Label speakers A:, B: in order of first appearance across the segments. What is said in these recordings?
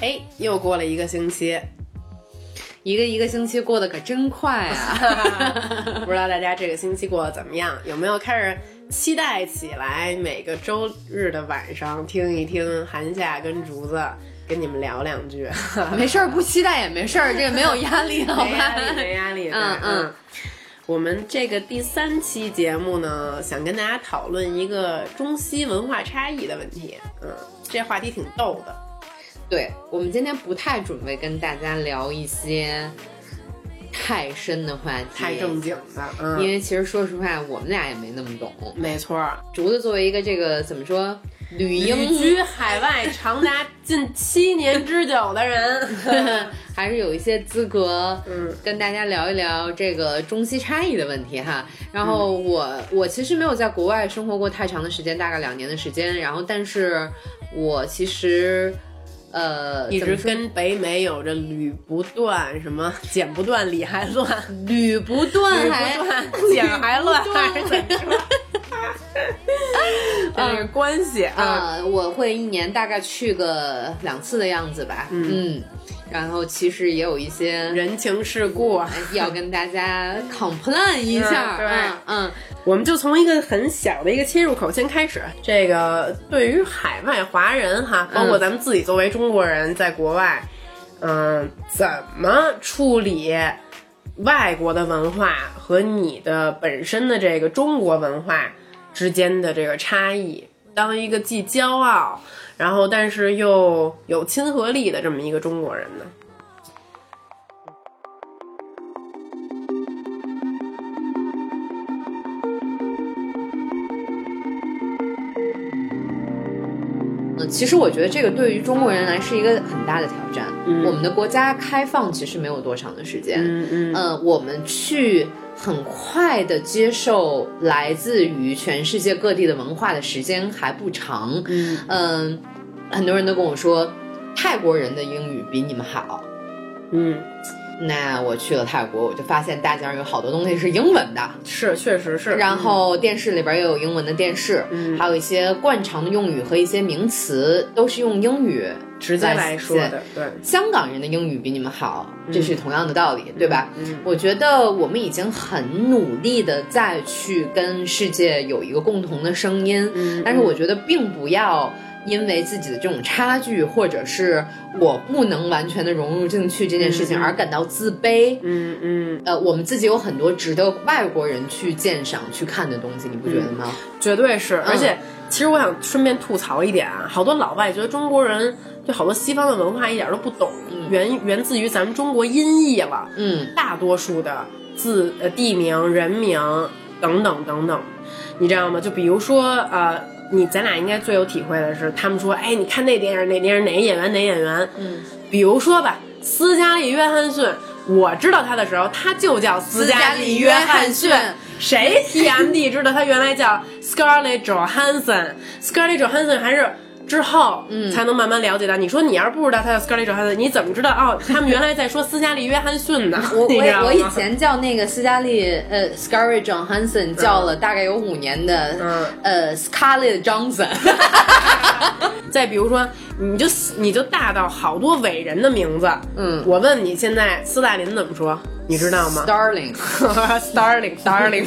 A: 哎，又过了一个星期，
B: 一个一个星期过得可真快啊！
A: 不知道大家这个星期过得怎么样？有没有开始期待起来？每个周日的晚上听一听韩夏跟竹子跟你们聊两句，
B: 没事儿，不期待也没事儿，这个没有压力，好
A: 没压
B: 吧？
A: 力，没压力。对
B: 嗯嗯，
A: 我们这个第三期节目呢，想跟大家讨论一个中西文化差异的问题。嗯，这话题挺逗的。
B: 对我们今天不太准备跟大家聊一些太深的话题，
A: 太正经的，嗯，
B: 因为其实说实话，我们俩也没那么懂。
A: 没错儿。
B: 竹子作为一个这个怎么说，旅
A: 隐
B: 英
A: 居海外长达近七年之久的 人，
B: 还是有一些资格，
A: 嗯，
B: 跟大家聊一聊这个中西差异的问题哈。然后
A: 嗯
B: 我、我其实没有在国外生活过太长的时间，大概两年的时间。然后，但是我其实，呃，
A: 一
B: 怎么
A: 直跟北美有着捋不断，什么剪不断，理还乱，
B: 捋不断还
A: 不断， 剪还乱，
B: 哎
A: 嗯
B: 不
A: 还是怎么 说？ 这是关系啊，
B: 啊、我会一年大概去个两次的样子吧。嗯然后其实也有一些
A: 人情世故啊。
B: 要跟大家 complain 一下，
A: 嗯 对
B: 嗯嗯，
A: 我们就从一个很小的一个切入口先开始。这个对于海外华人哈，包括咱们自己作为中国人在国外，嗯、怎么处理外国的文化和你的本身的这个中国文化之间的这个差异？当一个既骄傲，然后但是又有亲和力的这么一个中国人呢？
B: 嗯，其实我觉得这个对于中国人来是一个很大的挑战。
A: 嗯
B: 我们的国家开放其实没有多长的时间，
A: 嗯嗯
B: 呃，我们去很快的接受来自于全世界各地的文化的时间还不长。
A: 嗯
B: 嗯、很多人都跟我说，泰国人的英语比你们好。
A: 嗯，
B: 那我去了泰国，我就发现大街上有好多东西是英文的，
A: 是，确实是。
B: 然后电视里边也有英文的电视，
A: 嗯
B: 还有一些惯常的用语和一些名词都是用英语。
A: 直接来说的，对，
B: 香港人的英语比你们好，这是同样的道理，对吧？
A: 嗯
B: 我觉得我们已经很努力的再去跟世界有一个共同的声音，
A: 嗯
B: 但是我觉得并不要因为自己的这种差距，或者是我不能完全的融入进去这件事情
A: 嗯
B: 而感到自卑。
A: 嗯嗯，
B: 呃，我们自己有很多值得外国人去鉴赏、去看的东西，你不觉得吗？
A: 绝对是。而且，其实我想顺便吐槽一点啊，好多老外觉得中国人对好多西方的文化一点都不懂，源源自于咱们中国音译了，
B: 嗯，
A: 大多数的字呃地名、人名等等等等，你知道吗？就比如说呃，你咱俩应该最有体会的是，他们说，哎，你看那电影那电影哪个演员哪个演员，
B: 嗯，
A: 比如说吧，斯嘉丽·约翰逊。我知道他的时候，他就叫斯嘉丽·约翰逊
B: 斯嘉丽约翰逊。
A: 谁 TMD 知道他原来叫 Scarlett Johansson？Scarlett Johansson 还是之后
B: 嗯
A: 才能慢慢了解到。你说你要是不知道他叫 Scarlett Johansson，你怎么知道哦？ 他们原来在说斯嘉丽·约翰逊呢？
B: 我
A: 你知道
B: 我我以
A: 吗
B: 前叫那个斯嘉丽呃 Scarlett Johansson 叫了大概有五年的，
A: 嗯
B: 呃 Scarlett Johnson，
A: 再比如说，你就你就大到好多伟人的名字，
B: 嗯
A: 我问你现在斯大林怎么说，你知道吗
B: ，Starling
A: ？Starling，Starling，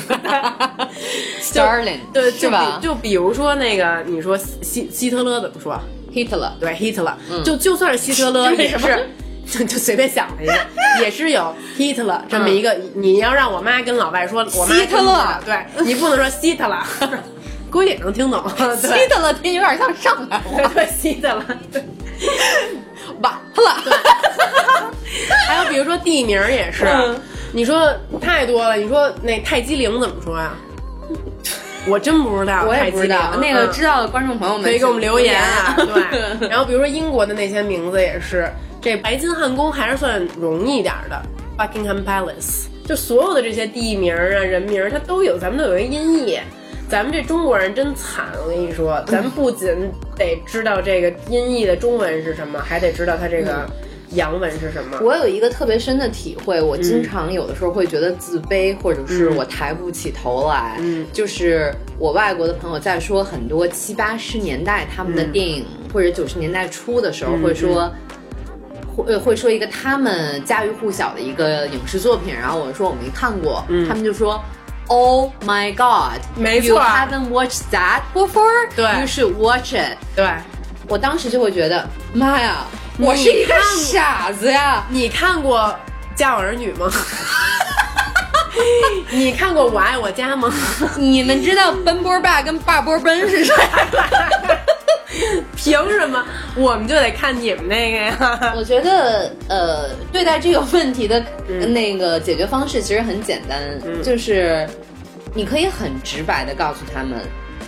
B: Starling，
A: 对，
B: 是
A: 就
B: 吧
A: 比就比如说那个，你说希希希特勒怎么说？
B: ？Hitler，
A: 对，Hitler，、就就算是希特勒
B: 为
A: 也
B: 嗯什么
A: 是。 就就随便想了一 个，也是有 Hitler 这么一个。你要让我妈跟老外说，我妈
B: 嗯希特
A: 跟
B: 勒
A: 我对你不能说希特勒， 估计也能听 懂。对
B: 希特勒听有点像上海
A: 对
B: 话，
A: 对，希 特勒。对
B: 完了，
A: 还有比如说地名儿也是，
B: 嗯
A: 你说太多了，你说那泰姬陵怎么说呀、啊我真不知道，
B: 我也不知道
A: 太。激
B: 那
A: 烈了嗯
B: 个知道的观众朋友们
A: 可以给我们留言啊
B: 啊。。
A: 对，然后比如说英国的那些名字也是，这白金汉宫还是算容易点儿的，Buckingham Palace，就所有的这些地名儿啊、人名儿，它都有，咱们都有一个音译。咱们这中国人真惨，我跟你说，咱们不仅得知道这个音译的中文是什么，还得知道它这个洋文是什么。
B: 我有一个特别深的体会，我经
A: 嗯
B: 常有的时候会觉得自卑，或者是我抬不起头来。
A: 嗯，
B: 就是我外国的朋友在说很多七八十年代他
A: 嗯
B: 们的电影、或者九十年代初的时候，会说。
A: 嗯
B: 会会说一个他们家喻户晓的一个影视作品，然后我说我没看过，他们就说，Oh my God，
A: 嗯没错
B: y o u haven't watched that before，
A: 对
B: ，you should watch it。
A: 对，
B: 我当时就会觉得，妈呀，我是一个
A: 看过
B: 傻子呀！
A: 你看过《家有儿女》吗？你看过《我爱我家》吗？
B: 你们知道奔波爸跟霸波奔是谁？
A: 凭什么我们就得看你们那个呀？
B: 我觉得，呃，对待这个问题的、那个解决方式其实很简单，就是你可以很直白的告诉他们，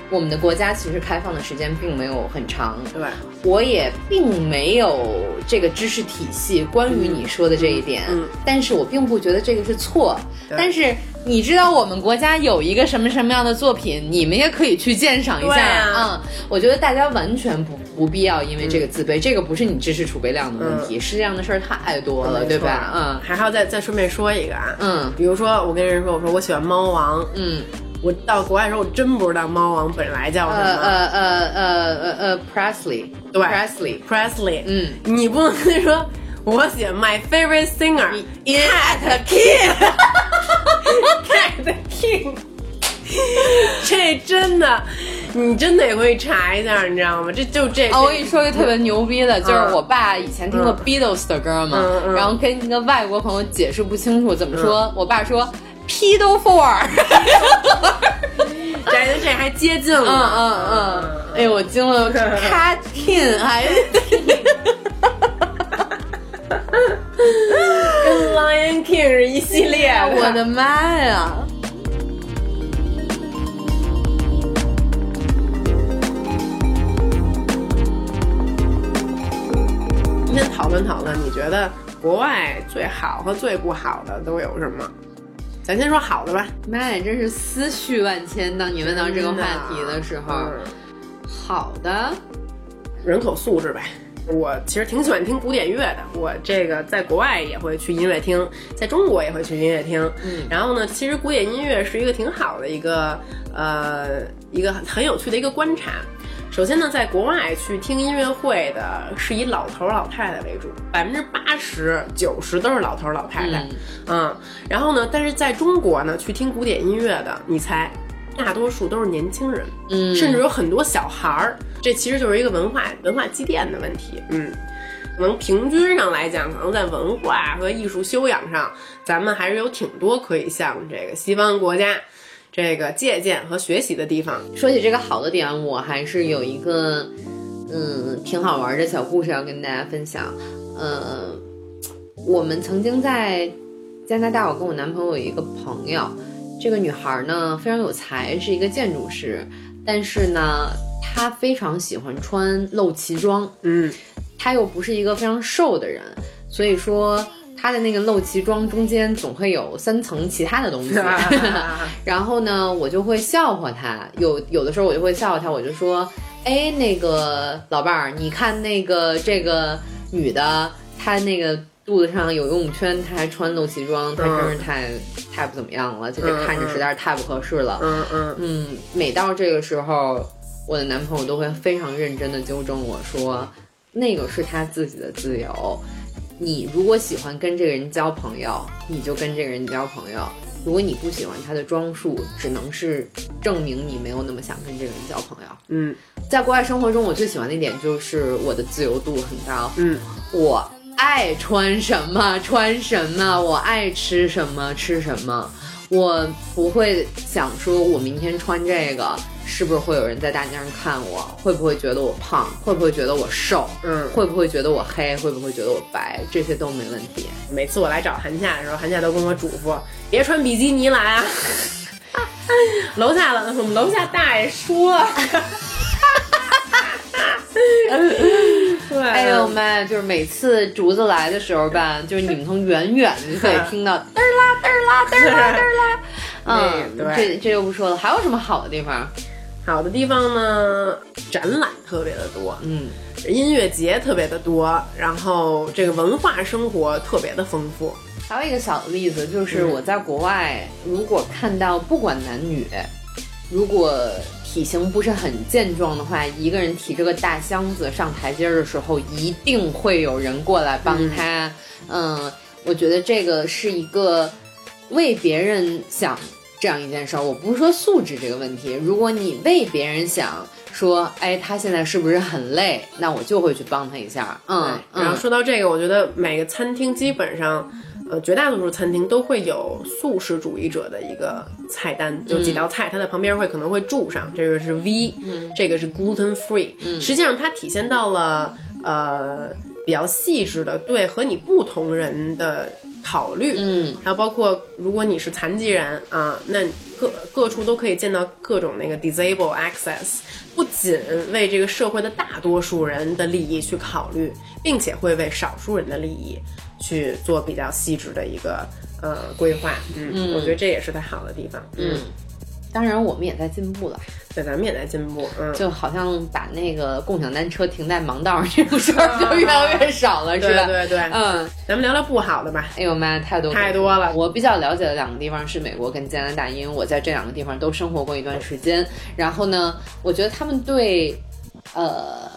B: 我们的国家其实开放的时间并没有很长，
A: 对，
B: 我也并没有这个知识体系关于你说的这一点，
A: 嗯嗯嗯
B: 但是我并不觉得这个是错。
A: 对
B: 但是你知道我们国家有一个什么什么样的作品，你们也可以去鉴赏一下。
A: 对啊
B: 嗯，我觉得大家完全不不必要因为这个自卑，这个不是你知识储备量的问题，世界上的事儿太多了，对吧？
A: 嗯还要再再顺便说一个啊，
B: 嗯
A: 比如说我跟人说，我说我喜欢猫王，
B: 嗯嗯，
A: 我到国外的时候我真不知道猫王本来叫
B: 呃
A: 什么、
B: 呃呃呃呃呃，Presley，
A: 对
B: Presley，
A: p r e s l e y
B: 嗯，
A: 你不能跟他说我喜欢 my favorite singer
B: Cat
A: King，Cat King，这真的，你真得回去查一下，你知道吗？这就这，
B: 啊，
A: 这
B: 我跟你说一个特别牛逼的，就是我爸以前听过
A: 嗯
B: Beatles 的歌嘛，
A: 嗯嗯嗯
B: 然后跟一个外国朋友解释不清楚怎么说，我爸说 pedo for，
A: 这这还接近
B: 嗯
A: 了，
B: 嗯嗯， 哎呦，我惊了，cat king 哎还。
A: 跟 Lion King 是一 系列啊的，
B: 我的妈呀！
A: 今天讨论讨论，你觉得国外最好和最不好的都有什么？咱先说好的吧。
B: 妈呀，真是思绪万千。当你问到这个话题的时候，
A: 嗯
B: 好的，
A: 人口素质呗。我其实挺喜欢听古典乐的，我这个在国外也会去音乐厅，在中国也会去音乐厅。
B: 嗯
A: 然后呢，其实古典音乐是一个挺好的一个呃一个很有趣的一个观察。首先呢，在国外去听音乐会的是以老头儿老太太为主，百分之八十九十都是老头儿老太太。
B: 嗯
A: 嗯，然后呢，但是在中国呢，去听古典音乐的，你猜，大多数都是年轻人，
B: 嗯，
A: 甚至有很多小孩儿。这其实就是一个文化文化积淀的问题。嗯，可能平均上来讲，可能在文化和艺术修养上，咱们还是有挺多可以向这个西方国家这个借鉴和学习的地方。
B: 说起这个好的点，我还是有一个嗯挺好玩的小故事要跟大家分享。呃，我们曾经在加拿大，我跟我男朋友有一个朋友，这个女孩呢非常有才，是一个建筑师，但是呢她非常喜欢穿露脐装，
A: 嗯
B: 她又不是一个非常瘦的人，所以说。她的那个露脐装中间总会有三层其他 的东西，
A: 嗯
B: 然后呢，我就会笑话他，有有的时候我就会笑话他，我就说，哎，那个老伴儿，你看那个这个女的，她那个肚子上有游泳圈，她还穿露脐装，她真是太、太不怎么样了，就这看着实在是太不合适了。
A: 嗯嗯，
B: 嗯，每到这个时候，我的男朋友都会非常认真的纠正我说，那个是他自己的自由。你如果喜欢跟这个人交朋友，你就跟这个人交朋友；如果你不喜欢他的装束，只能是证明你没有那么想跟这个人交朋友。
A: 嗯
B: 在国外生活中，我最喜欢的一点就是我的自由度很高，
A: 嗯，
B: 我爱穿什么穿什么，我爱吃什么吃什么，我不会想说我明天穿这个是不是会有人在大街上看我，会不会觉得我胖，会不会觉得我瘦，
A: 嗯
B: 会不会觉得我黑，会不会觉得我白，这些都没问题。
A: 每次我来找韩夏的时候，韩夏都跟我嘱咐，别穿比基尼来啊。楼下了，我们楼下大爷说。 对，
B: 哎呦妈！就是每次竹子来的时候吧，就是你们从远远的就可以听到嘚儿啦嘚儿啦嘚儿 啦嘚儿啦。嗯，
A: 对
B: 这这就不说了。还有什么好的地方？
A: 好的地方呢，展览特别的多，
B: 嗯，
A: 音乐节特别的多，然后这个文化生活特别的丰富。
B: 还有一个小的例子，
A: 嗯
B: 就是我在国外，如果看到不管男女，如果体型不是很健壮的话，一个人提着个大箱子上台阶儿的时候，一定会有人过来帮他。嗯我觉得这个是一个为别人想这样一件事儿。我不是说素质这个问题，如果你为别人想。说，哎，他现在是不是很累？那我就会去帮他一下。嗯，
A: 对然后
B: 嗯
A: 说到这个，我觉得每个餐厅基本上，呃，绝大多数餐厅都会有素食主义者的一个菜单，有
B: 嗯
A: 几道菜，它在旁边会可能会注上，这个是 V，、这个是 gluten free，、实际
B: 嗯
A: 上它体现到了呃比较细致的对和你不同人的考虑，
B: 嗯，
A: 还有包括如果你是残疾人啊，那各各处都可以见到各种那个 disable access，不仅为这个社会的大多数人的利益去考虑，并且会为少数人的利益去做比较细致的一个呃规划。嗯，我觉得这也是它好的地方。嗯，
B: 当然我们也在进步了。
A: 对，咱们也在进步。嗯，
B: 就好像把那个共享单车停在盲道上这种事儿就越来越少了，是吧？
A: 对对对
B: 嗯，
A: 咱们聊聊不好的吧。
B: 哎呦妈，太多
A: 太多了
B: 我比较了解的两个地方是美国跟加拿大，因为我在这两个地方都生活过一段时间。然后呢，我觉得他们对呃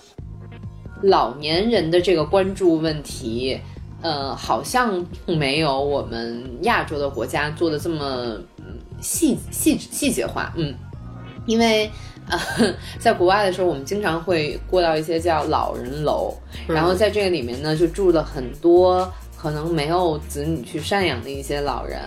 B: 老年人的这个关注问题，呃，好像并没有我们亚洲的国家做的这么嗯细细细节化，嗯，因为。呃， 在国外的时候，我们经常会过到一些叫老人楼，然后在这个里面呢，就住了很多可能没有子女去赡养的一些老人。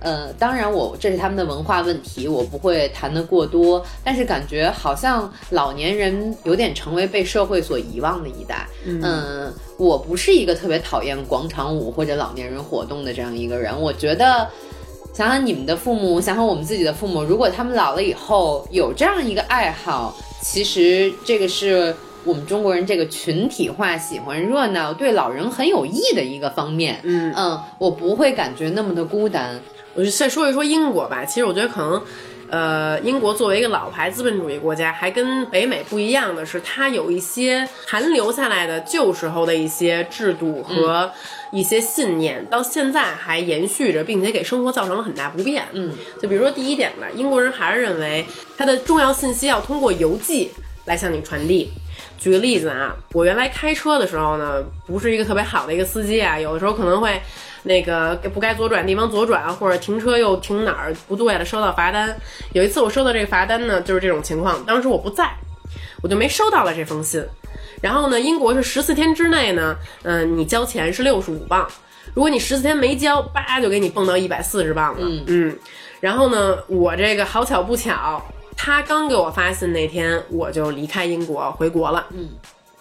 B: 呃，当然我这是他们的文化问题，我不会谈得过多，但是感觉好像老年人有点成为被社会所遗忘的一代。嗯、我不是一个特别讨厌广场舞或者老年人活动的这样一个人，我觉得。想想你们的父母，想想我们自己的父母，如果他们老了以后有这样一个爱好，其实这个是我们中国人这个群体化、喜欢热闹、对老人很有益的一个方面。
A: 嗯
B: 嗯，我不会感觉那么的孤单。
A: 我就再说一说英国吧。其实我觉得可能，呃，英国作为一个老牌资本主义国家，还跟北美不一样的是，它有一些残留下来的旧时候的一些制度和一些信念，到现在还延续着，并且给生活造成了很大不便。嗯，就比如说第一点吧，英国人还是认为它的重要信息要通过邮寄来向你传递。举个例子啊，我原来开车的时候呢，不是一个特别好的一个司机啊，有的时候可能会那个不该左转地方左转，或者停车又停哪儿不对了，收到罚单。有一次我收到这个罚单呢，就是这种情况，当时我不在，我就没收到了这封信。然后呢，英国是十四天之内呢，嗯、你交钱是六十五磅，如果你十四天没交，叭就给你蹦到一百四十磅了。嗯然后呢，我这个好巧不巧，他刚给我发信那天，我就离开英国回国了。嗯。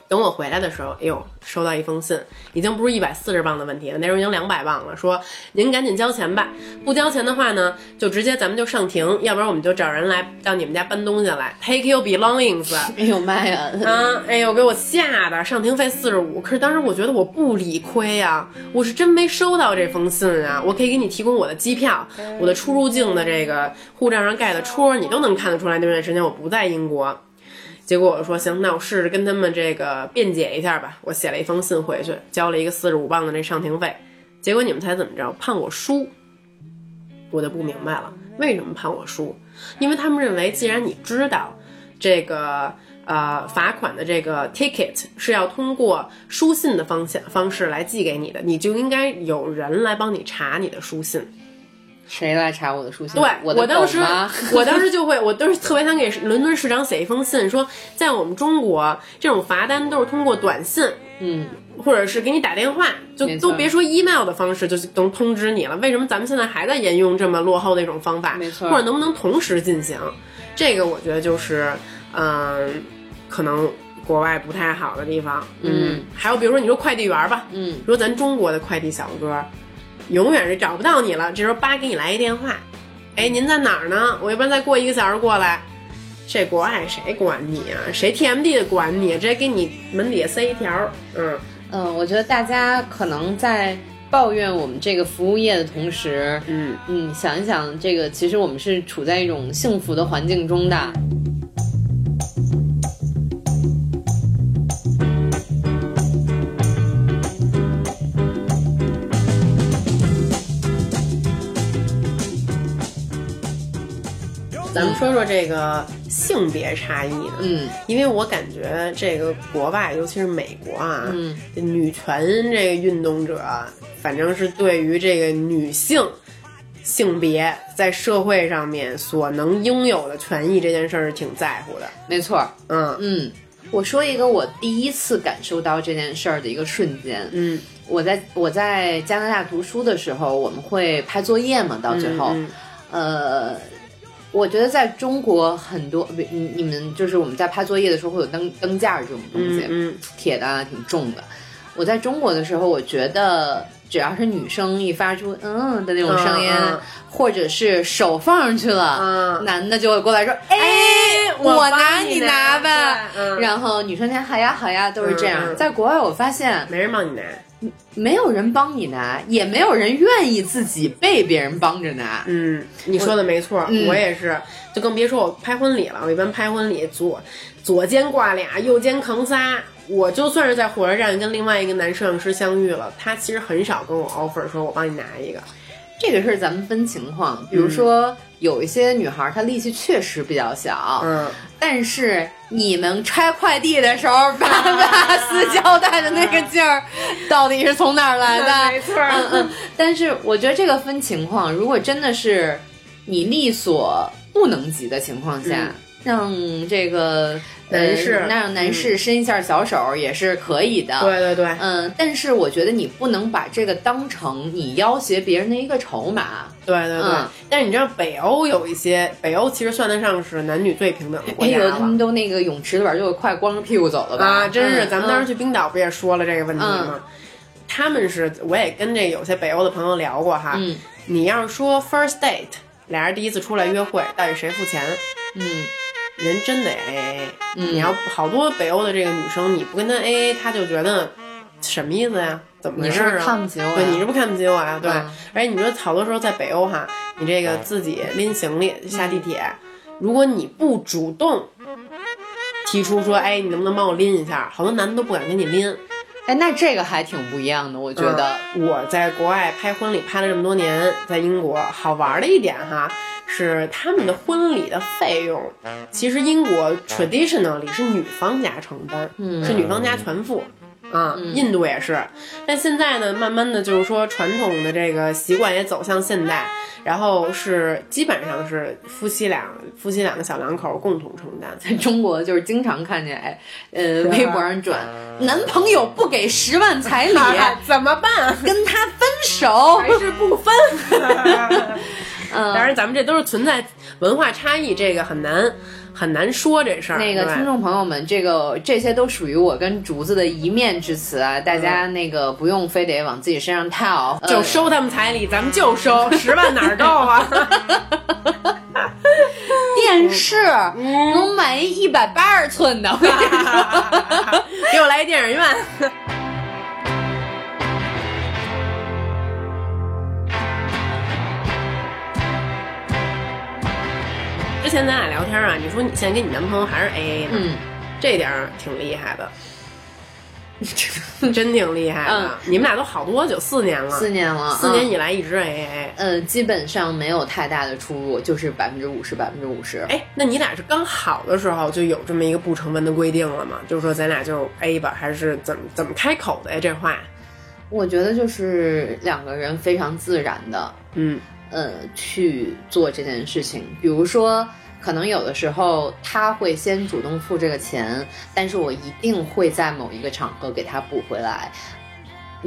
A: 等我回来的时候，哎呦，收到一封信，已经不是一百四十磅的问题了，那时候已经两百磅了。说您赶紧交钱吧，不交钱的话呢，就直接咱们就上庭，要不然我们就找人来到你们家搬东西来，take your belongings。
B: 哎呦妈呀！
A: 啊，哎呦，给我吓的，上庭费四十五。可是当时我觉得我不理亏啊，我是真没收到这封信啊。我可以给你提供我的机票，我的出入境的这个护照上盖的戳，你都能看得出来那段时间我不在英国。结果我说行，那我试试跟他们这个辩解一下吧。我写了一封信回去，交了一个四十五磅的这上庭费。结果你们猜怎么着？判我输。我就不明白了，为什么判我输？因为他们认为，既然你知道这个呃罚款的这个 ticket 是要通过书信的方向方式来寄给你的，你就应该有人来帮你查你的书信。
B: 谁来查我的书信？
A: 对，
B: 我
A: 我
B: 的
A: 当
B: 狗
A: 时
B: 吗
A: 我当时就会，我当时特别想给伦敦市长写一封信，说在我们中国这种罚单都是通过短信。
B: 嗯，
A: 或者是给你打电话，就
B: 没错
A: 都别说 email 的方式，就是能通知你了。为什么咱们现在还在沿用这么落后的一种方法？
B: 没错
A: 或者能不能同时进行？这个我觉得就是，嗯、可能国外不太好的地方。嗯，还有比如说你说快递员吧，
B: 嗯
A: 比如咱中国的快递小哥，永远是找不到你了。这时候叭给你来一电话，哎，您在哪儿呢？我一般再过一个小时过来。这国外谁管你啊？谁 TMD 的管你？直接给你门底下塞一条儿，嗯，
B: 嗯，我觉得大家可能在抱怨我们这个服务业的同时，
A: 嗯，
B: 嗯，想一想，这个其实我们是处在一种幸福的环境中的。
A: 咱们说说这个性别差异呢，
B: 嗯，
A: 因为我感觉这个国外，尤其是美国啊，女权这个运动者，啊反正是对于这个女性性别在社会上面所能应有的权益这件事儿是挺在乎的，
B: 没错儿，
A: 嗯
B: 嗯，我说一个我第一次感受到这件事儿的一个瞬间。
A: 嗯，
B: 我在我在加拿大读书的时候，我们会拍作业嘛，到最后，
A: 嗯
B: 呃，我觉得在中国很多，不你你们就是我们在拍作业的时候会有灯灯架儿这种东西，
A: 嗯
B: 铁的啊，挺重的。我在中国的时候，我觉得只要是女生一发出嗯的那种声音，
A: 嗯嗯
B: 或者是手放上去了，
A: 嗯
B: 男的就会过来说：“哎，
A: 我
B: 我拿
A: 帮
B: 你
A: 你
B: 拿
A: 拿
B: 吧。
A: 对嗯
B: 然后女生连好呀好呀都是这样。
A: 嗯嗯
B: 在国外，我发现
A: 嗯，没人帮你拿，
B: 没有人帮你拿，也没有人愿意自己被别人帮着拿。
A: 嗯，你说的没错，我
B: 嗯
A: 也是，就更别说我拍婚礼了。我一般拍婚礼，左左肩挂俩，右肩扛仨。我就算是在火车站跟另外一个男摄影师相遇了，他其实很少跟我 offer 说我帮你拿一个。
B: 这个事儿咱们分情况，
A: 嗯
B: 比如说、有一些女孩儿她力气确实比较小，
A: 嗯，
B: 但是你们拆快递的时候 把把撕胶带的那个劲儿，到底是从哪儿来 的？
A: 没错
B: 嗯 嗯。但是我觉得这个分情况，如果真的是你力所不能及的情况下，让这个
A: 嗯
B: 呃
A: 男士嗯
B: 让男士伸一下小手也是可以的。
A: 对对对，
B: 嗯，但是我觉得你不能把这个当成你要挟别人的一个筹码。
A: 对对对。
B: 嗯
A: 但是你知道北欧有一些，北欧其实算得上是男女最平等的国
B: 哎
A: 家
B: 呦，他
A: 了
B: 们。都那个泳池里边就快光着屁股走了吧？
A: 啊，真是！
B: 嗯
A: 咱们当时
B: 嗯
A: 去冰岛不也说了这个问题吗？他们是，我也跟这有些北欧的朋友聊过哈，
B: 嗯
A: 你要是说 first date，俩人第一次出来约会，到底谁付钱？
B: 嗯。
A: 人真得 AA。
B: 嗯
A: 你要好多北欧的这个女生，你不跟她 AA，她就觉得什么意思呀？怎么回事
B: 你是
A: 儿
B: 不
A: 啊？
B: 是看不起我呀
A: 对，你是不是看不起我啊？对。
B: 嗯
A: 而且你说好多时候在北欧哈，你这个自己拎行李下地铁，如果你不主动提出说，哎，你能不能帮我拎一下？好多男的都不敢跟你拎。
B: 哎，那这个还挺不一样的，我觉得。
A: 嗯我在国外拍婚礼拍了这么多年，在英国好玩的一点哈，是他们的婚礼的费用，其实英国 traditionally 是女方家承担，
B: 嗯
A: 是女方家全付。啊，印度也是，但现在呢，慢慢的就是说传统的这个习惯也走向现代，然后是基本上是夫妻俩夫妻两个小两口共同承 担，
B: 在 中国就是经常看见，哎，呃，
A: 啊
B: 微博上转，男朋友不给十 万彩礼，
A: 怎么办？啊
B: 跟他分手。
A: 还是不分。 当然，咱们这都是存在文化差异，这个很难很难说这事儿。
B: 那个
A: 对吧
B: 听众朋友们，这个这些都属于我跟竹子的一面之词啊，大家那个不用非得往自己身上套，
A: 嗯
B: 呃
A: 就收他们彩礼，咱们就收十万哪儿够啊？
B: 电视
A: 嗯
B: 能买一一百八十寸的，我跟你 说
A: 给我来一电影院。之前咱俩聊天啊，你说你现在跟你男朋友还是 AA 呢，
B: 嗯，
A: 这点儿挺厉害的，真挺厉害的。
B: 嗯
A: 你们俩都好多久？四年了，
B: 四年了，
A: 四年
B: 嗯。
A: 以来一直 AA。
B: 呃，基本上没有太大的出入，就是百分之五十，百分之五十。
A: 哎，那你俩是刚好的时候就有这么一个不成文的规定了吗？就是说咱俩就 A 吧，还是怎么怎么开口的呀？这话，
B: 我觉得就是两个人非常自然的，
A: 嗯
B: 呃，去做这件事情。比如说，可能有的时候他会先主动付这个钱，但是我一定会在某一个场合给他补回来。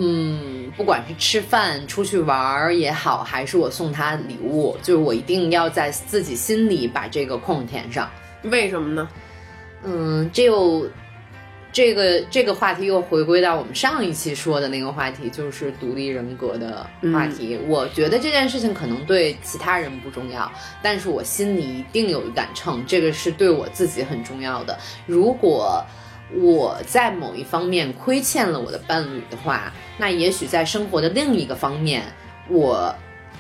B: 嗯，不管是吃饭、出去玩儿也好，还是我送他礼物，就是我一定要在自己心里把这个空填上。
A: 为什么呢？
B: 嗯，这又这个这个话题又回归到我们上一期说的那个话题，就是独立人格的话题。我觉得这件事情可能对其他人不重要，但是我心里一定有一杆秤，这个是对我自己很重要的。如果我在某一方面亏欠了我的伴侣的话，那也许在生活的另一个方面，我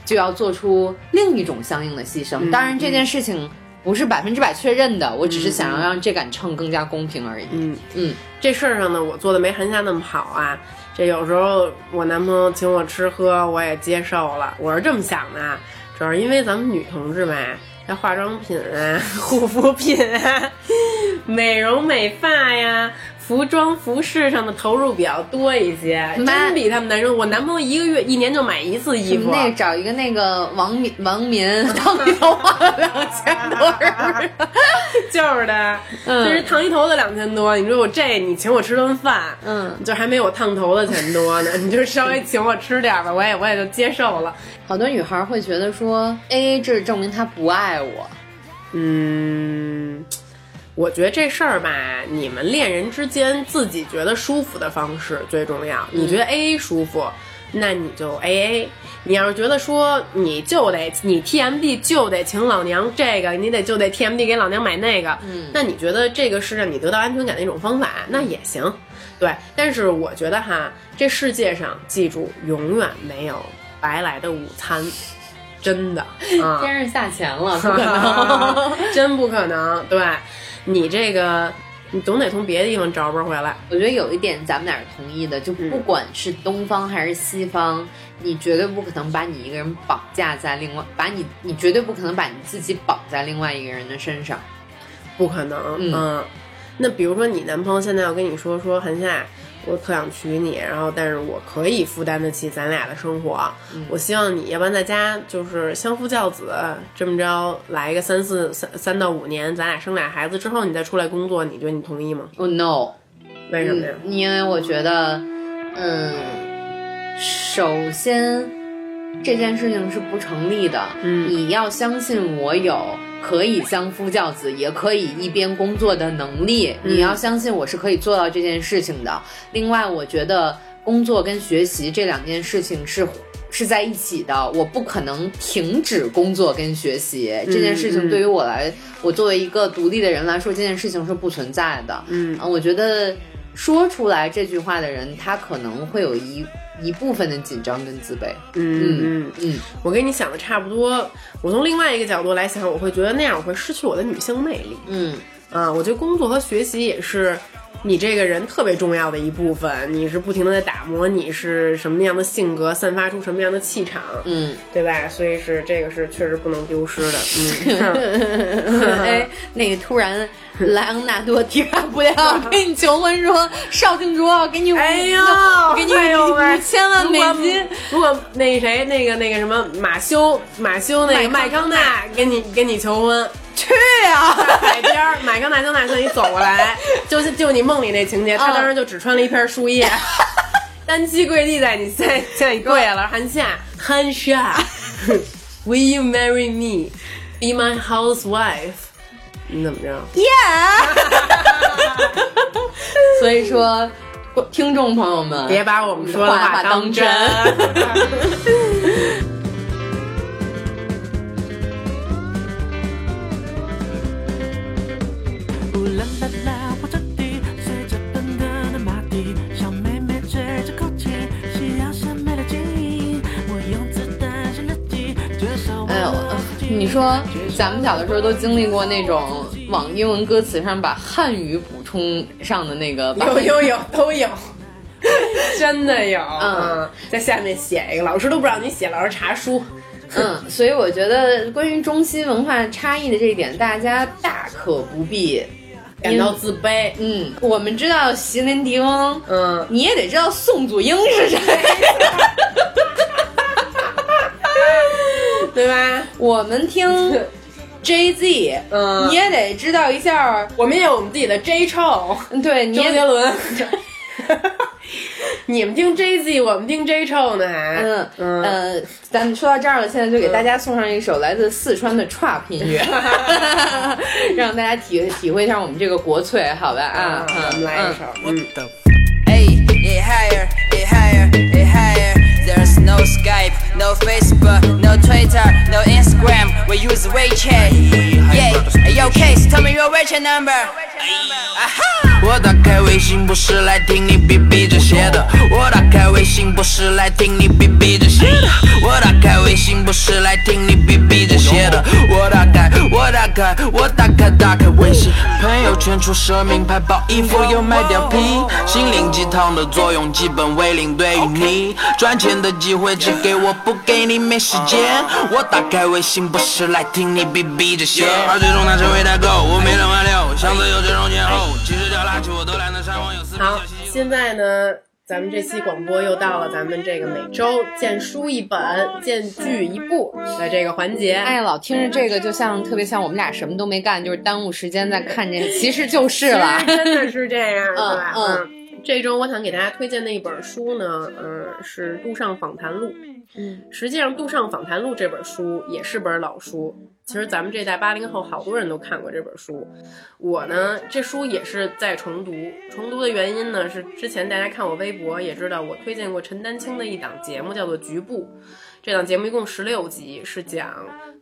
B: 就要做出另一种相应的牺牲。当然，这件事情不是百分之百确认的，我只是想要让这杆秤更加公平而已。
A: 嗯
B: 嗯，
A: 这事儿上呢，我做的没韩夏那么好啊。这有时候我男朋友请我吃喝，我也接受了。我是这么想的，啊，主要是因为咱们女同志嘛，像化妆品啊、护肤品啊、美容美发呀、服装服饰上的投入比较多一些，
B: 妈
A: 真比他们男生。我男朋友一个月一年就买一次衣服，啊
B: 那个找一个那个王民王民，当你头花了两千多，是不 是？
A: 就是的，
B: 嗯
A: 就是烫一头的两千多。你说我这，你请我吃顿饭，
B: 嗯，
A: 就还没有烫头的钱多呢。你就稍微请我吃点吧，我也我也就接受了。
B: 好多女孩会觉得说 A A 制证明他不爱 我，
A: 嗯，我觉得这事儿吧，你们恋人之间自己觉得舒服的方式最重要。你觉得 A A 舒服，那你就 A A。你要是觉得说你就得你 T M D 就得请老娘这个，你得就得 T M D 给老娘买那个，
B: 嗯
A: 那你觉得这个是让你得到安全感的一种方法，那也行。对，但是我觉得哈，这世界上记住，永远没有白来的午餐，真的啊。
B: 天上下钱了，不可能。
A: 真不可能。对你这个，你总得从别的地方找补回来。
B: 我觉得有一点咱们俩是同意的，就不管是东方还是西方，你绝对不可能把你一个人绑架在另外，把你你绝对不可能把你自己绑在另外一个人的身上。
A: 不可能，
B: 嗯
A: 那比如说你男朋友现在要跟你说说韩夏，我特想娶你，然后但是我可以负担得起咱俩的生活，
B: 嗯
A: 我希望你要不然在家就是相夫教子，这么着来个三四三三到五年，咱俩生俩孩子之后你再出来工作，你觉得你同意吗？
B: Oh no！
A: 为什么呀？
B: 嗯，因为我觉得，嗯，首先这件事情是不成立的。
A: 嗯
B: 你要相信我有可以相夫教子，也可以一边工作的能力。
A: 嗯
B: 你要相信我是可以做到这件事情的。另外，我觉得工作跟学习这两件事情是。是在一起的，我不可能停止工作跟学习、这件事
A: 嗯
B: 情。对于我来，我作为一个独立的人来说，这件事情是不存在的。
A: 嗯
B: 嗯，我觉得说出来这句话的人，他可能会有一一部分的紧张跟自卑。
A: 嗯
B: 嗯
A: 嗯，
B: 嗯，
A: 我跟你想的差不多。我从另外一个角度来想，我会觉得那样我会失去我的女性魅力。
B: 嗯，
A: 啊，我觉得工作和学习也是你这个人特别重要的一部分。你是不停的在打磨你是什么样的性格，散发出什么样的气场，
B: 嗯，
A: 对吧？所以是这个是确实不能丢失的。嗯，
B: 哎，那个突然莱昂纳多·迪 卡布里奥跟你求婚说，邵静卓我给你 五，
A: 哎 呦，
B: 我给你
A: 哎呦喂
B: 五千万美金。。
A: 如果如果那谁那个那个什么马修马修那个麦
B: 麦
A: 康纳跟你跟你求婚，
B: 去啊！
A: 在海边儿买个奶牛奶自己走过 来，就是就你梦里那情节，
B: 嗯
A: 他当时就只穿了一片树 叶，单膝跪地在你在在你跪下了，韩夏，韩 夏，Will you marry me? Be my housewife？你怎么着？
B: 所以说，听众朋友们，
A: 别把我们说的话
B: 话
A: 当
B: 当
A: 真
B: 真。
C: 呜啦啦啦，火车底随着噔噔的马蹄，小妹妹吹着口琴，夕阳下美的剪影。我用子弹写日记，绝少忘
B: 哎呦
C: 了，
B: 你说咱们小的时候都经历过那种往英文歌词上把汉语补充上的那个，
A: 有有有都有。 真的有，
B: 嗯
A: 嗯，在下面写一个，老师都不让你写，老师查书。
B: 嗯，所以我觉得关于中西文化差异的这一点，大家大可不必。
A: 感到自卑，
B: 嗯，我们知道席琳迪翁，
A: 嗯，
B: 你也得知道宋祖英是 谁。
A: 对吧？
B: 我们听 J Z，
A: 嗯
B: 你也得知道一下，嗯
A: 我们也有我们自己的 J 臭，
B: 对，你
A: 周
B: 也
A: 杰伦，你们听 JZ，我们听 J 臭呢还。
B: 嗯
A: 嗯
B: 呃，咱们说到这儿了，现在就给大家送上一首来自四川的 trap 音 乐，让大家体体会一下我们这个国粹，好吧啊
A: 啊，，我们来一
B: 嗯
A: 首。
D: What the f-
E: Hey, it higher, it higher, it higher. There's no Skype, no Facebook, no Twitter, no Instagram. We use WeChat. Yeah, hey, yo, case, tell me your WeChat number. Aha!
D: 我打开微信不是来听你逼逼这些的，我打开微信不是来听你逼逼这些的，我打开微信不是来听你逼逼这些的，我打开我打开我打开打开微信，朋友圈出奢名牌包衣服又卖掉皮，心灵鸡汤的作用基本为零对于你，赚钱的机会只给我不给你没时间，我打开微信不是来听你逼逼这些，而最终它成为代购，我没两万六，箱子有这种前后，其实掉垃圾我都懒得上网有私密
A: 好
D: 小心，
A: 现在呢，咱们这期广播又到了咱们这个每周见书一本、见剧一部的这个环节。
B: 哎，老听着这个，就像特别像我们俩什么都没干，就是耽误时间在看这个，其实就是了
A: 其。实真的是这样，是吧？
B: 嗯
A: 嗯。这周我想给大家推荐的一本书呢，呃，是《杜尚访谈录》。
B: 嗯，
A: 实际上，《杜尚访谈录》这本书也是本老书。其实咱们这代八零后好多人都看过这本书，我呢这书也是在重读。重读的原因呢是之前大家看我微博也知道，我推荐过陈丹青的一档节目叫做《局部》，这档节目一共十六集，是讲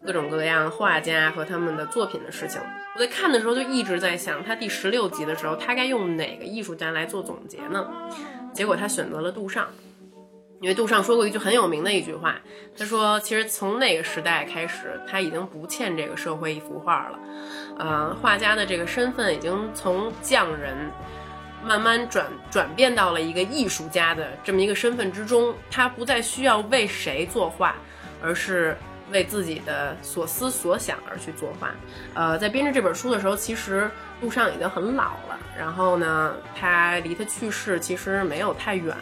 A: 各种各样画家和他们的作品的事情。我在看的时候就一直在想，他第十六集的时候，他该用哪个艺术家来做总结呢？结果他选择了杜尚，因为杜尚说过一句很有名的一句话，他说：“其实从那个时代开始，他已经不欠这个社会一幅画了。呃，画家的这个身份已经从匠人慢慢转转变到了一个艺术家的这么一个身份之中，他不再需要为谁作画，而是为自己的所思所想而去作画。呃，在编制这本书的时候，其实陆尚已经很老了，然后呢，他离他去世其实没有太远，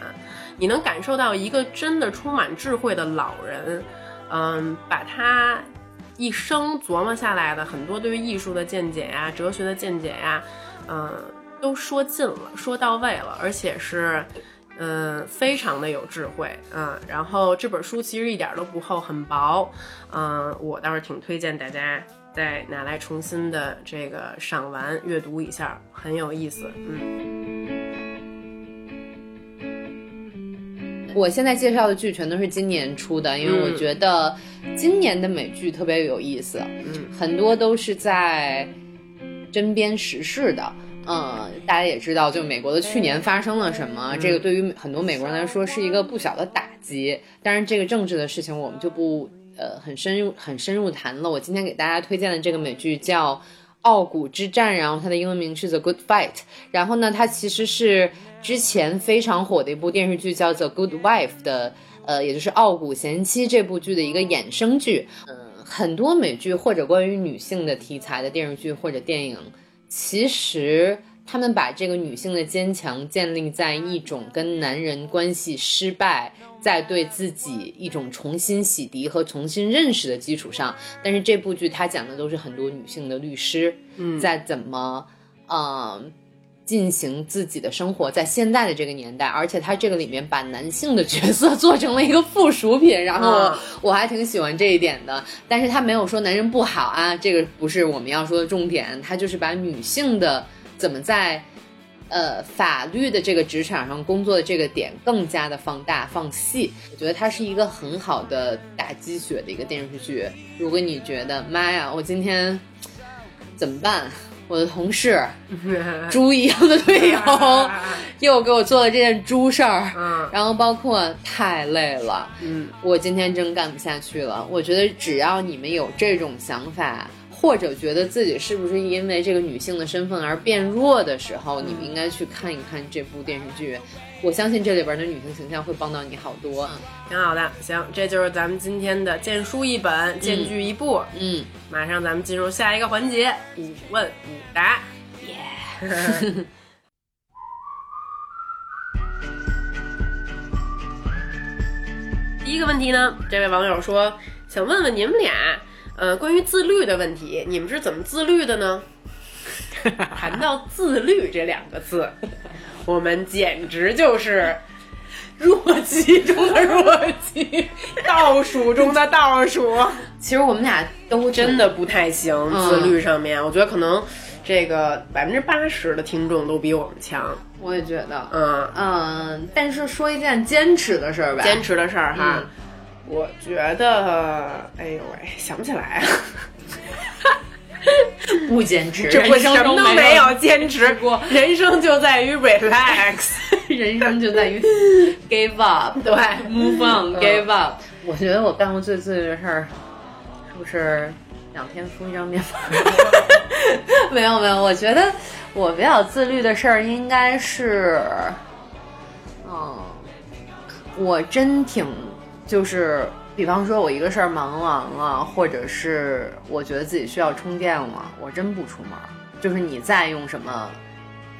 A: 你能感受到一个真的充满智慧的老人，嗯，把他一生琢磨下来的很多对于艺术的见解呀、哲学的见解呀、嗯，都说尽了，说到位了，而且是。嗯，非常的有智慧，嗯，然后这本书其实一点都不厚，很薄，嗯，我倒是挺推荐大家再拿来重新的这个赏玩阅读一下，很有意思，嗯，
B: 我现在介绍的剧全都是今年出的，因为我觉得今年的美剧特别有意思，
A: 嗯
B: 很多都是在针砭时事的。嗯，大家也知道，就美国的去年发生了什么，这个对于很多美国人来说是一个不小的打击。当然，这个政治的事情我们就不呃很深入很深入谈了。我今天给大家推荐的这个美剧叫《傲骨之战》，然后它的英文名是《The Good Fight》。然后呢，它其实是之前非常火的一部电视剧叫《The Good Wife》的，呃，也就是《傲骨贤妻》这部剧的一个衍生剧。嗯、很多美剧或者关于女性的题材的电视剧或者电影，其实他们把这个女性的坚强建立在一种跟男人关系失败，在对自己一种重新洗涤和重新认识的基础上。但是这部剧它讲的都是很多女性的律师，
A: 嗯
B: 在怎么，呃。进行自己的生活，在现在的这个年代，而且它这个里面把男性的角色做成了一个附属品，然后我、
A: 啊
B: 我还挺喜欢这一点的。但是他没有说男人不好啊，这个不是我们要说的重点，他就是把女性的怎么在。呃，法律的这个职场上工作的这个点更加的放大放细，我觉得它是一个很好的打鸡血的一个电视剧。如果你觉得妈呀，我今天怎么办？ 我的同事猪一样的队友又给我做了这件猪事儿，
A: 嗯
B: 然后包括太累了，
A: 嗯，
B: 我今天真干不下去了。我觉得只要你们有这种想法，或者觉得自己是不是因为这个女性的身份而变弱的时候，你们应该去看一看这部电视剧。我相信这里边的女性形象会帮到你好多。
A: 挺好的，行，这就是咱们今天的见书一本，见剧一部，
B: 嗯，
A: 马上咱们进入下一个环节，五问五答，耶！第一个问题呢，这位网友说想问问你们俩，呃，关于自律的问题，你们是怎么自律的呢？谈到自律这两个字，我们简直就是
B: 弱鸡中的弱鸡。
A: 倒数中的倒数，
B: 其实我们俩都
A: 真
B: 的
A: 的不太行，自律上面，我觉得可能这个百分之八十的听众都比我们强，
B: 我也觉得，
A: 嗯，
B: 嗯，但是说一件坚持的事儿吧，
A: 坚持的事儿哈，
B: 嗯
A: 我觉得，哎呦喂，想不起来、啊，
B: 不坚持，
A: 这不
B: 人生
A: 什么
B: 中
A: 都
B: 没
A: 有，坚持
B: 过，
A: 人生就在于 relax，
B: 人生就 在于 give up，
A: 对，
B: move on，give up。我觉得我干过最自律的事儿，是不是两天敷一张面膜？ 没有没有，我觉得我比较自律的事儿应该是，嗯，我真挺就是。比方说，我一个事儿忙完了，或者是我觉得自己需要充电了，我真不出门儿。就是你再用什么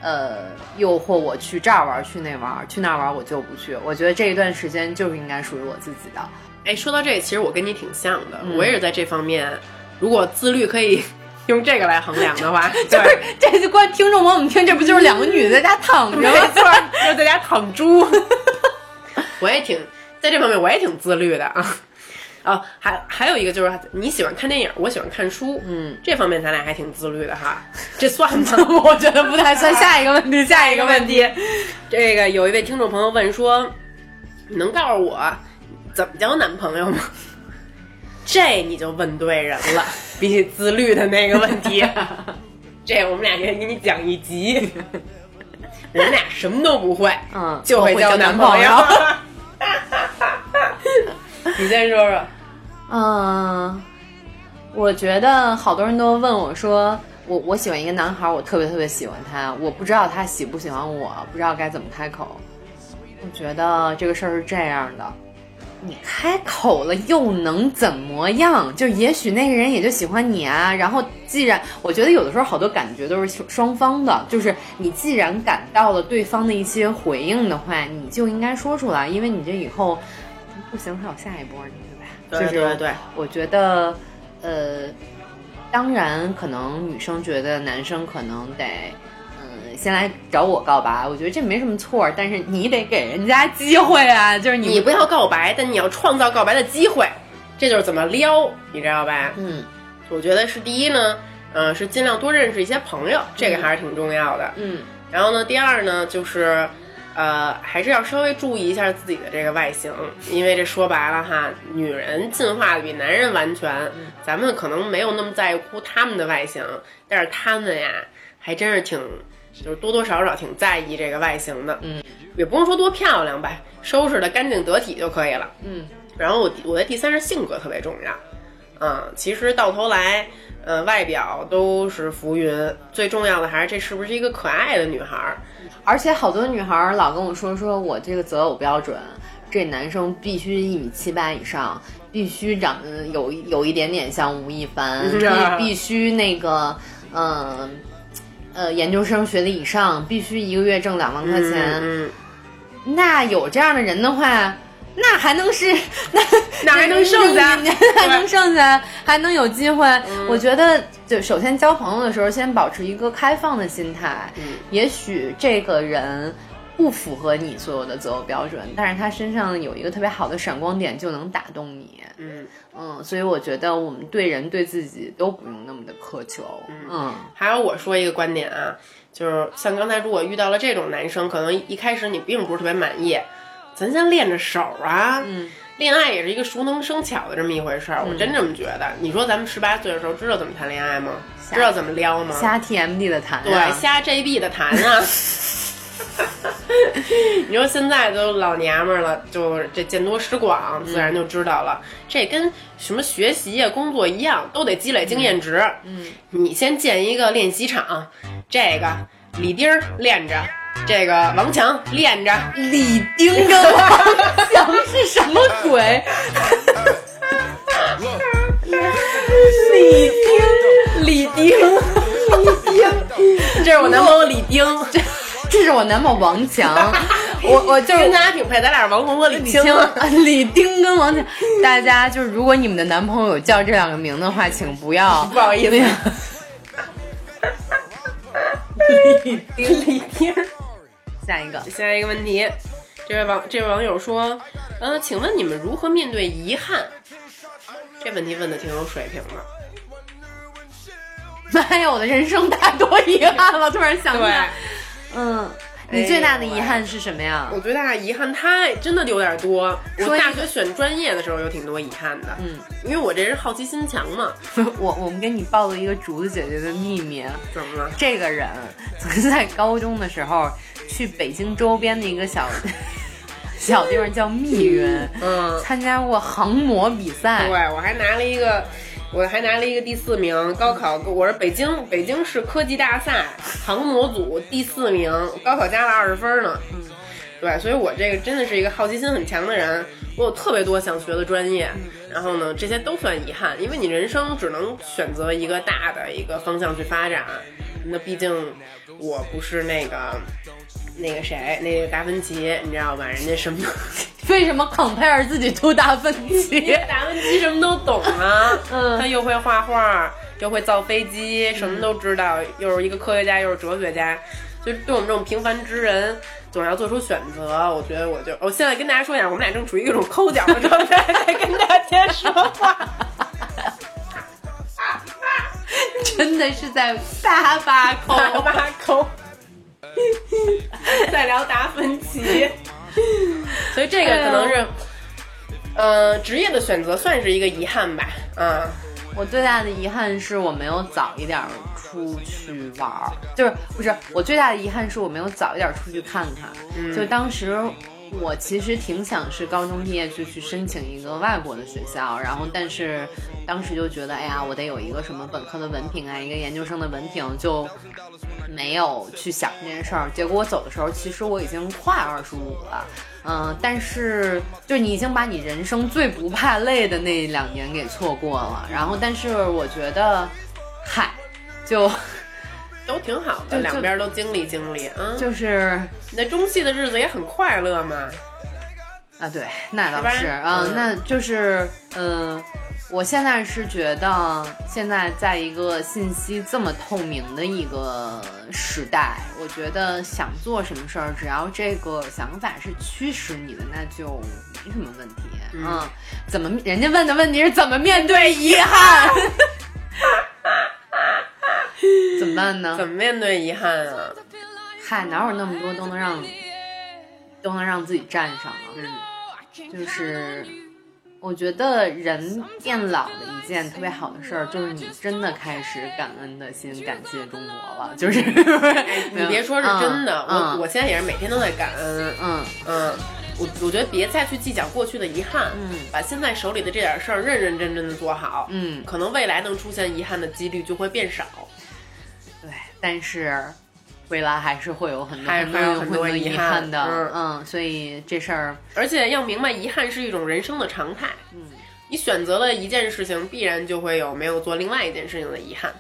B: 呃诱惑我去这儿玩，去那玩，去那儿玩，我就不去。我觉得这一段时间就是应该属于我自己的。
A: 哎，说到这，其实我跟你挺像的，
B: 嗯
A: 我也是在这方面，如果自律可以用这个来衡量的 话，
B: 就
A: 对，
B: 是这就观听众朋友们听，这不就是两个女的在家躺着
A: 没
B: 吗？
A: 错，就在家躺猪。 我也挺在这方面，我也挺自律的啊。哦，还还有一个就是你喜欢看电影，我喜欢看书，
B: 嗯，
A: 这方面咱俩还挺自律的哈，这算吗？
B: 我觉得不太算。下一个问题，下
A: 下一
B: 一
A: 个
B: 个
A: 问
B: 问
A: 题
B: 题，，
A: 这个有一位听众朋友问说，你能告诉我怎么交男朋友吗？这你就问对人了，比起自律的那个问 题，这我们俩给给你讲一集，我们俩什么都不会，
B: 嗯
A: 就会交男朋
B: 我会交
A: 你先说说，
B: 嗯，我觉得好多人都问我说。我我喜欢一个男孩，我特别特别喜欢他，我不知道他喜不喜欢我，不知道该怎么开口。我觉得这个事儿是这样的，你开口了又能怎么样？就也许那个人也就喜欢你啊。然后既然我觉得有的时候好多感觉都是双方的，就是你既然感到了对方的一些回应的话，你就应该说出来，因为你这以后不行还有下一波，
A: 对
B: 对吧？就
A: 对
B: 是
A: 对，
B: 我觉得，呃，当然可能女生觉得男生可能得。嗯，先来找我告白，我觉得这没什么错儿，但是你得给人家机会啊，就是你
A: 你不要告白，但你要创造告白的机会，这就是怎么撩，你知道吧？
B: 嗯，
A: 我觉得是第一呢，呃，是尽量多认识一些朋友，这个还是挺重要的。
B: 嗯
A: 然后呢，第二呢就是，呃，还是要稍微注意一下自己的这个外形，因为这说白了哈，女人进化的比男人完全，
B: 嗯
A: 咱们可能没有那么在乎他们的外形，但是他们呀，还真是挺，就是多多少少挺在意这个外形的。
B: 嗯，
A: 也不用说多漂亮吧，收拾的干净得体就可以了。
B: 嗯
A: 然后我我的第三是性格特别重要，嗯，其实到头来，呃，外表都是浮云，最重要的还是这是不是一个可爱的女孩儿。，
B: 而且好多女孩儿老跟我说，说我这个择偶标准，这男生必须一米七八以上，必须长得有有一点点像吴亦凡，
A: 是啊
B: 必必须那个，嗯、呃，研究生学历以上，必须一个月挣两万块钱。
A: 嗯，嗯
B: 那有这样的人的话，那还能是 那
A: 那还能剩下嗯
B: 还能剩下，还能有机会。我觉得，就首先交朋友的时候，先保持一个开放的心态。
A: 嗯
B: 也许这个人。不符合你所有的择偶标准，但是他身上有一个特别好的闪光点，就能打动你。
A: 嗯，
B: 嗯，所以我觉得我们对人对自己都不用那么的苛求。嗯
A: 还有我说一个观点啊，就是像刚才如果遇到了这种男生，可能一开始你并不是特别满意，咱先练着手啊。
B: 嗯，
A: 恋爱也是一个熟能生巧的这么一回事儿，我真这么觉得。你说咱们十八岁的时候知道怎么谈恋爱吗？
B: 瞎
A: 知道怎么撩吗？
B: 瞎 TMD 的谈、啊，
A: 对，瞎 JB 的谈啊。 你说现在都老娘们儿了，就是这见多识广，自然就知道了。这跟什么学习啊、工作一样，都得积累经验值。嗯，你先建一个练习场，这个李丁儿练着，这个王强练着，
B: 李丁跟王翔是什么鬼？李丁，李丁，李丁，
A: 这是我男朋友李丁。
B: 这是我男朋友王强，我我就
A: 跟
B: 是
A: 咱。俩挺配，咱俩是王红和李
B: 李
A: 青。
B: 丁、李丁跟王强，大家就是，如果你们的男朋友叫这两个名的话，请不要
A: 不好意思
B: 那 个
A: 李丁，
B: 下一个，
A: 下一个问题，这位网这位网友说，呃，请问你们如何面对遗憾？这问题问的挺有水平的。
B: 妈哎呀，我的人生太多遗憾了，突然想起来。嗯，你最大的遗憾是什么呀？
A: 我最大的遗憾太真的有点多。
B: 说
A: 我
B: 一
A: 大
B: 个
A: 学选专业的时候有挺多遗憾的，嗯，因为我这人好奇心强嘛。
B: 我我们跟你暴露一个竹子姐姐的秘密，啊
A: 怎么了？
B: 这个人曾经在高中的时候去北京周边的一个小 小地方叫密云，
A: 嗯，
B: 参加过航模比赛
A: 对，，我还拿了一个，我还拿了一个第四名。高考我是北京北京市科技大赛航模组第四名，高考加了二十分呢。嗯，对，所以我这个真的是一个好奇心很强的人。我有特别多想学的专业，然后呢，这些都算遗憾，因为你人生只能选择一个大的一个方向去发展。那毕竟我不是那个那个谁，那个达芬奇，你知道吧？人家什么都。
B: 为什么 compare 自己读达芬 奇？
A: 达芬奇什么都懂啊，嗯， 他又会画画，又会造飞机，什么都知道，又是一个科学家，又是哲学家，就对我们这种平凡之人，总要做出选择。我觉得我就，我现在跟大家说一下，我们俩正处于一种抠脚的状态，在跟大家说话。
B: 真的是在大巴口。
A: 大巴抠， 在聊达芬奇，所以这个可能是，呃，职业的选择算是一个遗憾吧，嗯。
B: 我最大的遗憾是我没有早一点儿出去玩儿，就是不是我最大的遗憾是我没有早一点儿出去看看。就当时我其实挺想是高中毕业就去申请一个外国的学校，然后但是当时就觉得，哎呀，我得有一个什么本科的文凭啊，一个研究生的文凭，就没有去想这件事儿。结果我走的时候，其实我已经快二十五了。嗯，但是就是你已经把你人生最不怕累的那两年给错过了，然后但是我觉得，嗨，就
A: 都挺好
B: 就
A: 的，
B: 就
A: 两边都经历经历啊。
B: 就是
A: 你在中戏的日子也很快乐嘛，
B: 啊，对，那倒
A: 是
B: 是
A: 吧
B: 啊、
A: 嗯
B: 那就是嗯、我现在是觉得现在在一个信息这么透明的一个时代，我觉得想做什么事儿，只要这个想法是驱使你的，那就没什么问题。嗯，怎么人家问的问题是怎么面对遗憾？ 怎么办呢？
A: 怎么面对遗憾啊？
B: 嗨，哪有那么多都能让都能让自己站上啊？就是我觉得人变老的一件特别好的事儿，就是你真的开始感恩的心，感谢中国了。就是
A: 哎你别说是真的，
B: 啊嗯、
A: 我我现在也是每天都在感恩，
B: 嗯
A: 嗯，我我觉得别再去计较过去的遗憾，
B: 嗯
A: 把现在手里的这点事儿认认真真的做好，
B: 嗯
A: 可能未来能出现遗憾的几率就会变少，
B: 对，但是未来还是会有很多
A: 还
B: 很多
A: 还有很多
B: 多
A: 遗
B: 遗
A: 憾
B: 憾的，
A: 嗯
B: 嗯，所以这事儿
A: 而且要明白，遗憾是一种人生的常态，
B: 嗯，
A: 你选择了一件事情，必然就会有没有做另外一件事情的遗憾。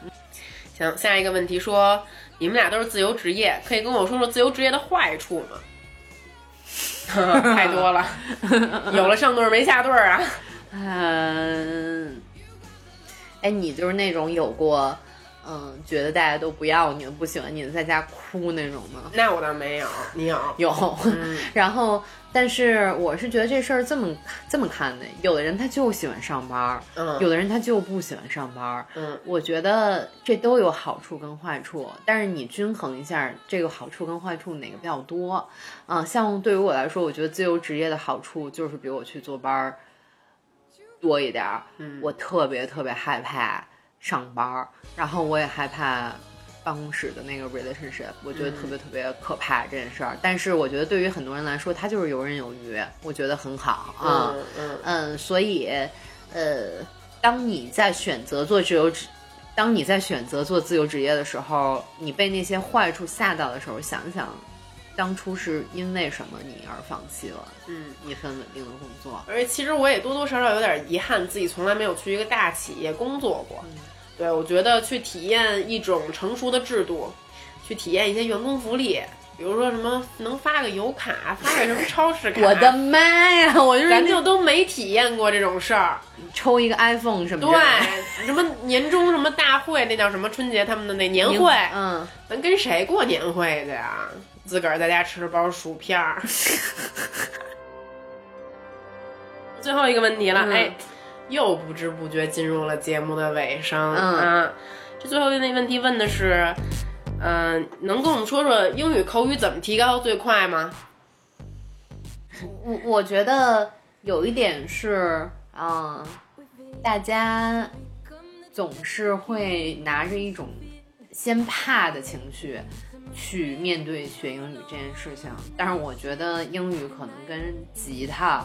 A: 行，下一个问题说，你们俩都是自由职业，可以跟我说说自由职业的坏处吗？ 太多 了，有了上对儿没下对儿啊！
B: 嗯，哎，你就是那种有过，嗯，觉得大家都不要你、不喜欢你的，在家哭那种吗？
A: 那我倒没有，你有？
B: 有， 然后，但是我是觉得这事儿这么这么看的，有的人他就喜欢上班儿，
A: 嗯
B: 有的人他就不喜欢上班儿，
A: 嗯，
B: 我觉得这都有好处跟坏处，但是你均衡一下，这个好处跟坏处哪个比较多？啊、像对于我来说，我觉得自由职业的好处就是比我去坐班儿多一点儿，
A: 嗯
B: 我特别特别害怕上班儿，然后我也害怕办公室的那个 relationship，我觉得特别特别可怕这件事儿。但是我觉得对于很多人来说，他就是游刃有余，我觉得很好啊。
A: 嗯嗯
B: 嗯，所以，呃，当你在选择做自由职，当你在选择做自由职业的时候，你被那些坏处吓到的时候，想想当初是因为什么你而放弃了
A: 嗯。
B: 一份稳定的工作。
A: 而且其实我也多多少少有点遗憾，自己从来没有去一个大企业工作过。对，我觉得去体验一种成熟的制度，去体验一些员工福利，比如说什么能发个油卡，发个什么超市卡。
B: 我的妈呀！我就是
A: 咱
B: 那
A: 就都没体验过这种事儿，
B: 抽一个 iPhone 什么之类的
A: 对，什么年终什么大会，那叫什么春节他们的那年会，
B: 嗯，
A: 咱跟谁过年会去啊？自个儿在家吃包薯片 儿。最后一个问题了，
B: 嗯
A: 哎，又不知不觉进入了节目的尾声、
B: 嗯
A: 啊。这最后一个问题问的是，嗯、能跟我们说说英语口语怎么提高最快吗？
B: 我我觉得有一点是，嗯、大家总是会拿着一种先怕的情绪去面对学英语这件事情，但是我觉得英语可能跟吉他。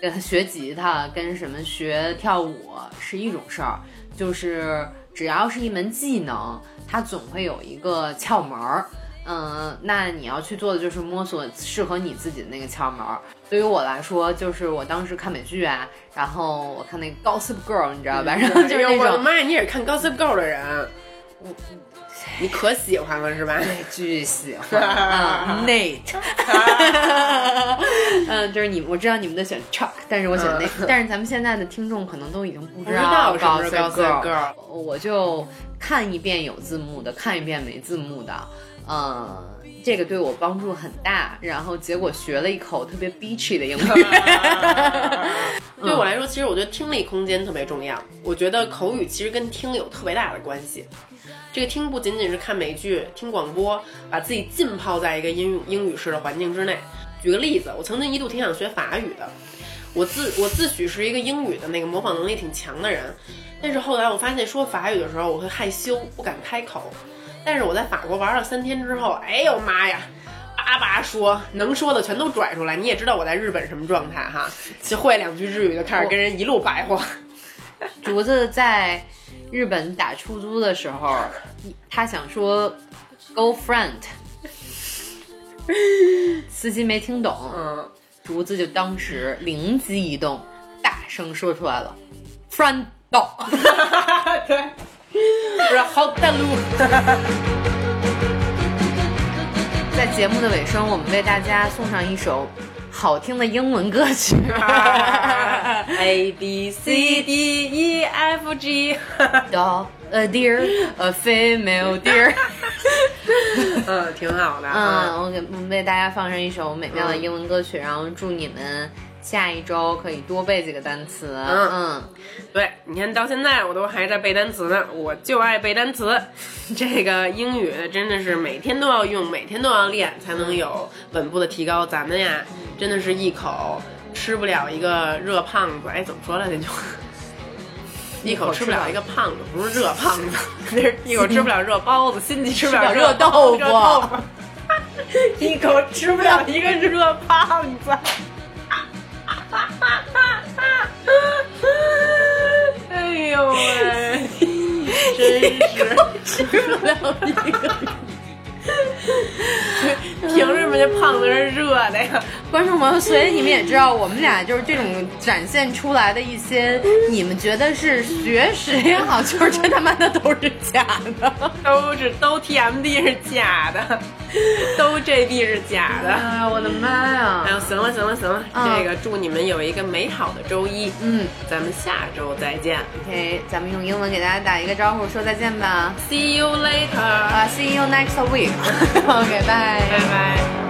B: 跟学吉他跟什么学跳舞是一种事儿，就是只要是一门技能，它总会有一个窍门儿。嗯，那你要去做的就是摸索适合你自己的那个窍门儿。对于我来说，就是我当时看美剧啊，然后我看那个《Gossip Girl》，你知道吧？然后 就是
A: 哎
B: 那
A: 呦我的
B: 种
A: 妈呀，你也是看《Gossip Girl》的人，你可喜欢了是吧？
B: 嗯巨喜欢啊 Nate，嗯，就是你，我知道你们都选 Chuck，但是我
A: 嗯
B: 选 Nate，、但是咱们现在的听众可能都已经不知
A: 不知道
B: 高
A: 什么是 Gossip Girl
B: 我就看一遍有字幕的，看一遍没字幕的，嗯。这个对我帮助很大，然后结果学了一口特别 bitchy 的 英语。
A: 对我来说，其实我觉得听力空间特别重要。我觉得口语其实跟听力有特别大的关系。这个听不仅仅是看美剧、听广播，把自己浸泡在一个英语英语式的环境之内。举个例子，我曾经一度挺想学法语的，我自我自诩是一个英语的那个模仿能力挺强的人，但是后来我发现说法语的时候我会害羞，不敢开口。但是我在法国玩了三天之后，哎呦妈呀！叭叭说，能说的全都拽出来。你也知道我在日本什么状态哈，就会两句日语就开始跟人一路白话。
B: 竹子在日本打出租的时候，他想说 “go front”，司机没听懂，
A: 嗯，
B: 竹子就当时灵机一动，大声说出来了 “front door”。
A: 对，不是好大路。
B: 在节目的尾声，我们为大家送上一首好听的英文歌曲。 哎
A: A B C D E F G，
B: Dog, a deer, a female deer。
A: 嗯，挺好的。啊。
B: 嗯，我给我们为大家放上一首美妙的英文歌曲，然后祝你们下一周可以多背几个单词。
A: 嗯
B: 嗯
A: 对，你看到现在我都还在背单词呢，我就爱背单词。这个英语真的是每天都要用，每天都要练，才能有稳步的提高。咱们呀，真的是一口吃不了一个热胖子。哎，怎么说来着？就一口吃不了一个胖子，不是热胖子， 那是一口吃不了热包子，心里吃不了热豆
B: 吃不了热豆
A: 腐， 一口吃不了一个热胖子。 哎呦喂，真是吃不了一个。凭什么这胖子是热的呀？
B: 观众朋友，所以你们也知道，我们俩就是这种展现出来的一些，你们觉得是学识也好，就是真他妈的都是假 的。
A: 都是都 TMD 是假的， 都 JD 是假的。
B: 呀，啊我的妈呀
A: 哎呦，行了行了行了，
B: 嗯
A: 这个祝你们有一个美好的周一，
B: 嗯
A: 咱们下周再见
B: ，OK，咱们用英文给大家打一个招呼，说再见吧。Uh,
A: ，See you later，
B: 啊、s e e you next week 。OK，拜
A: 拜拜。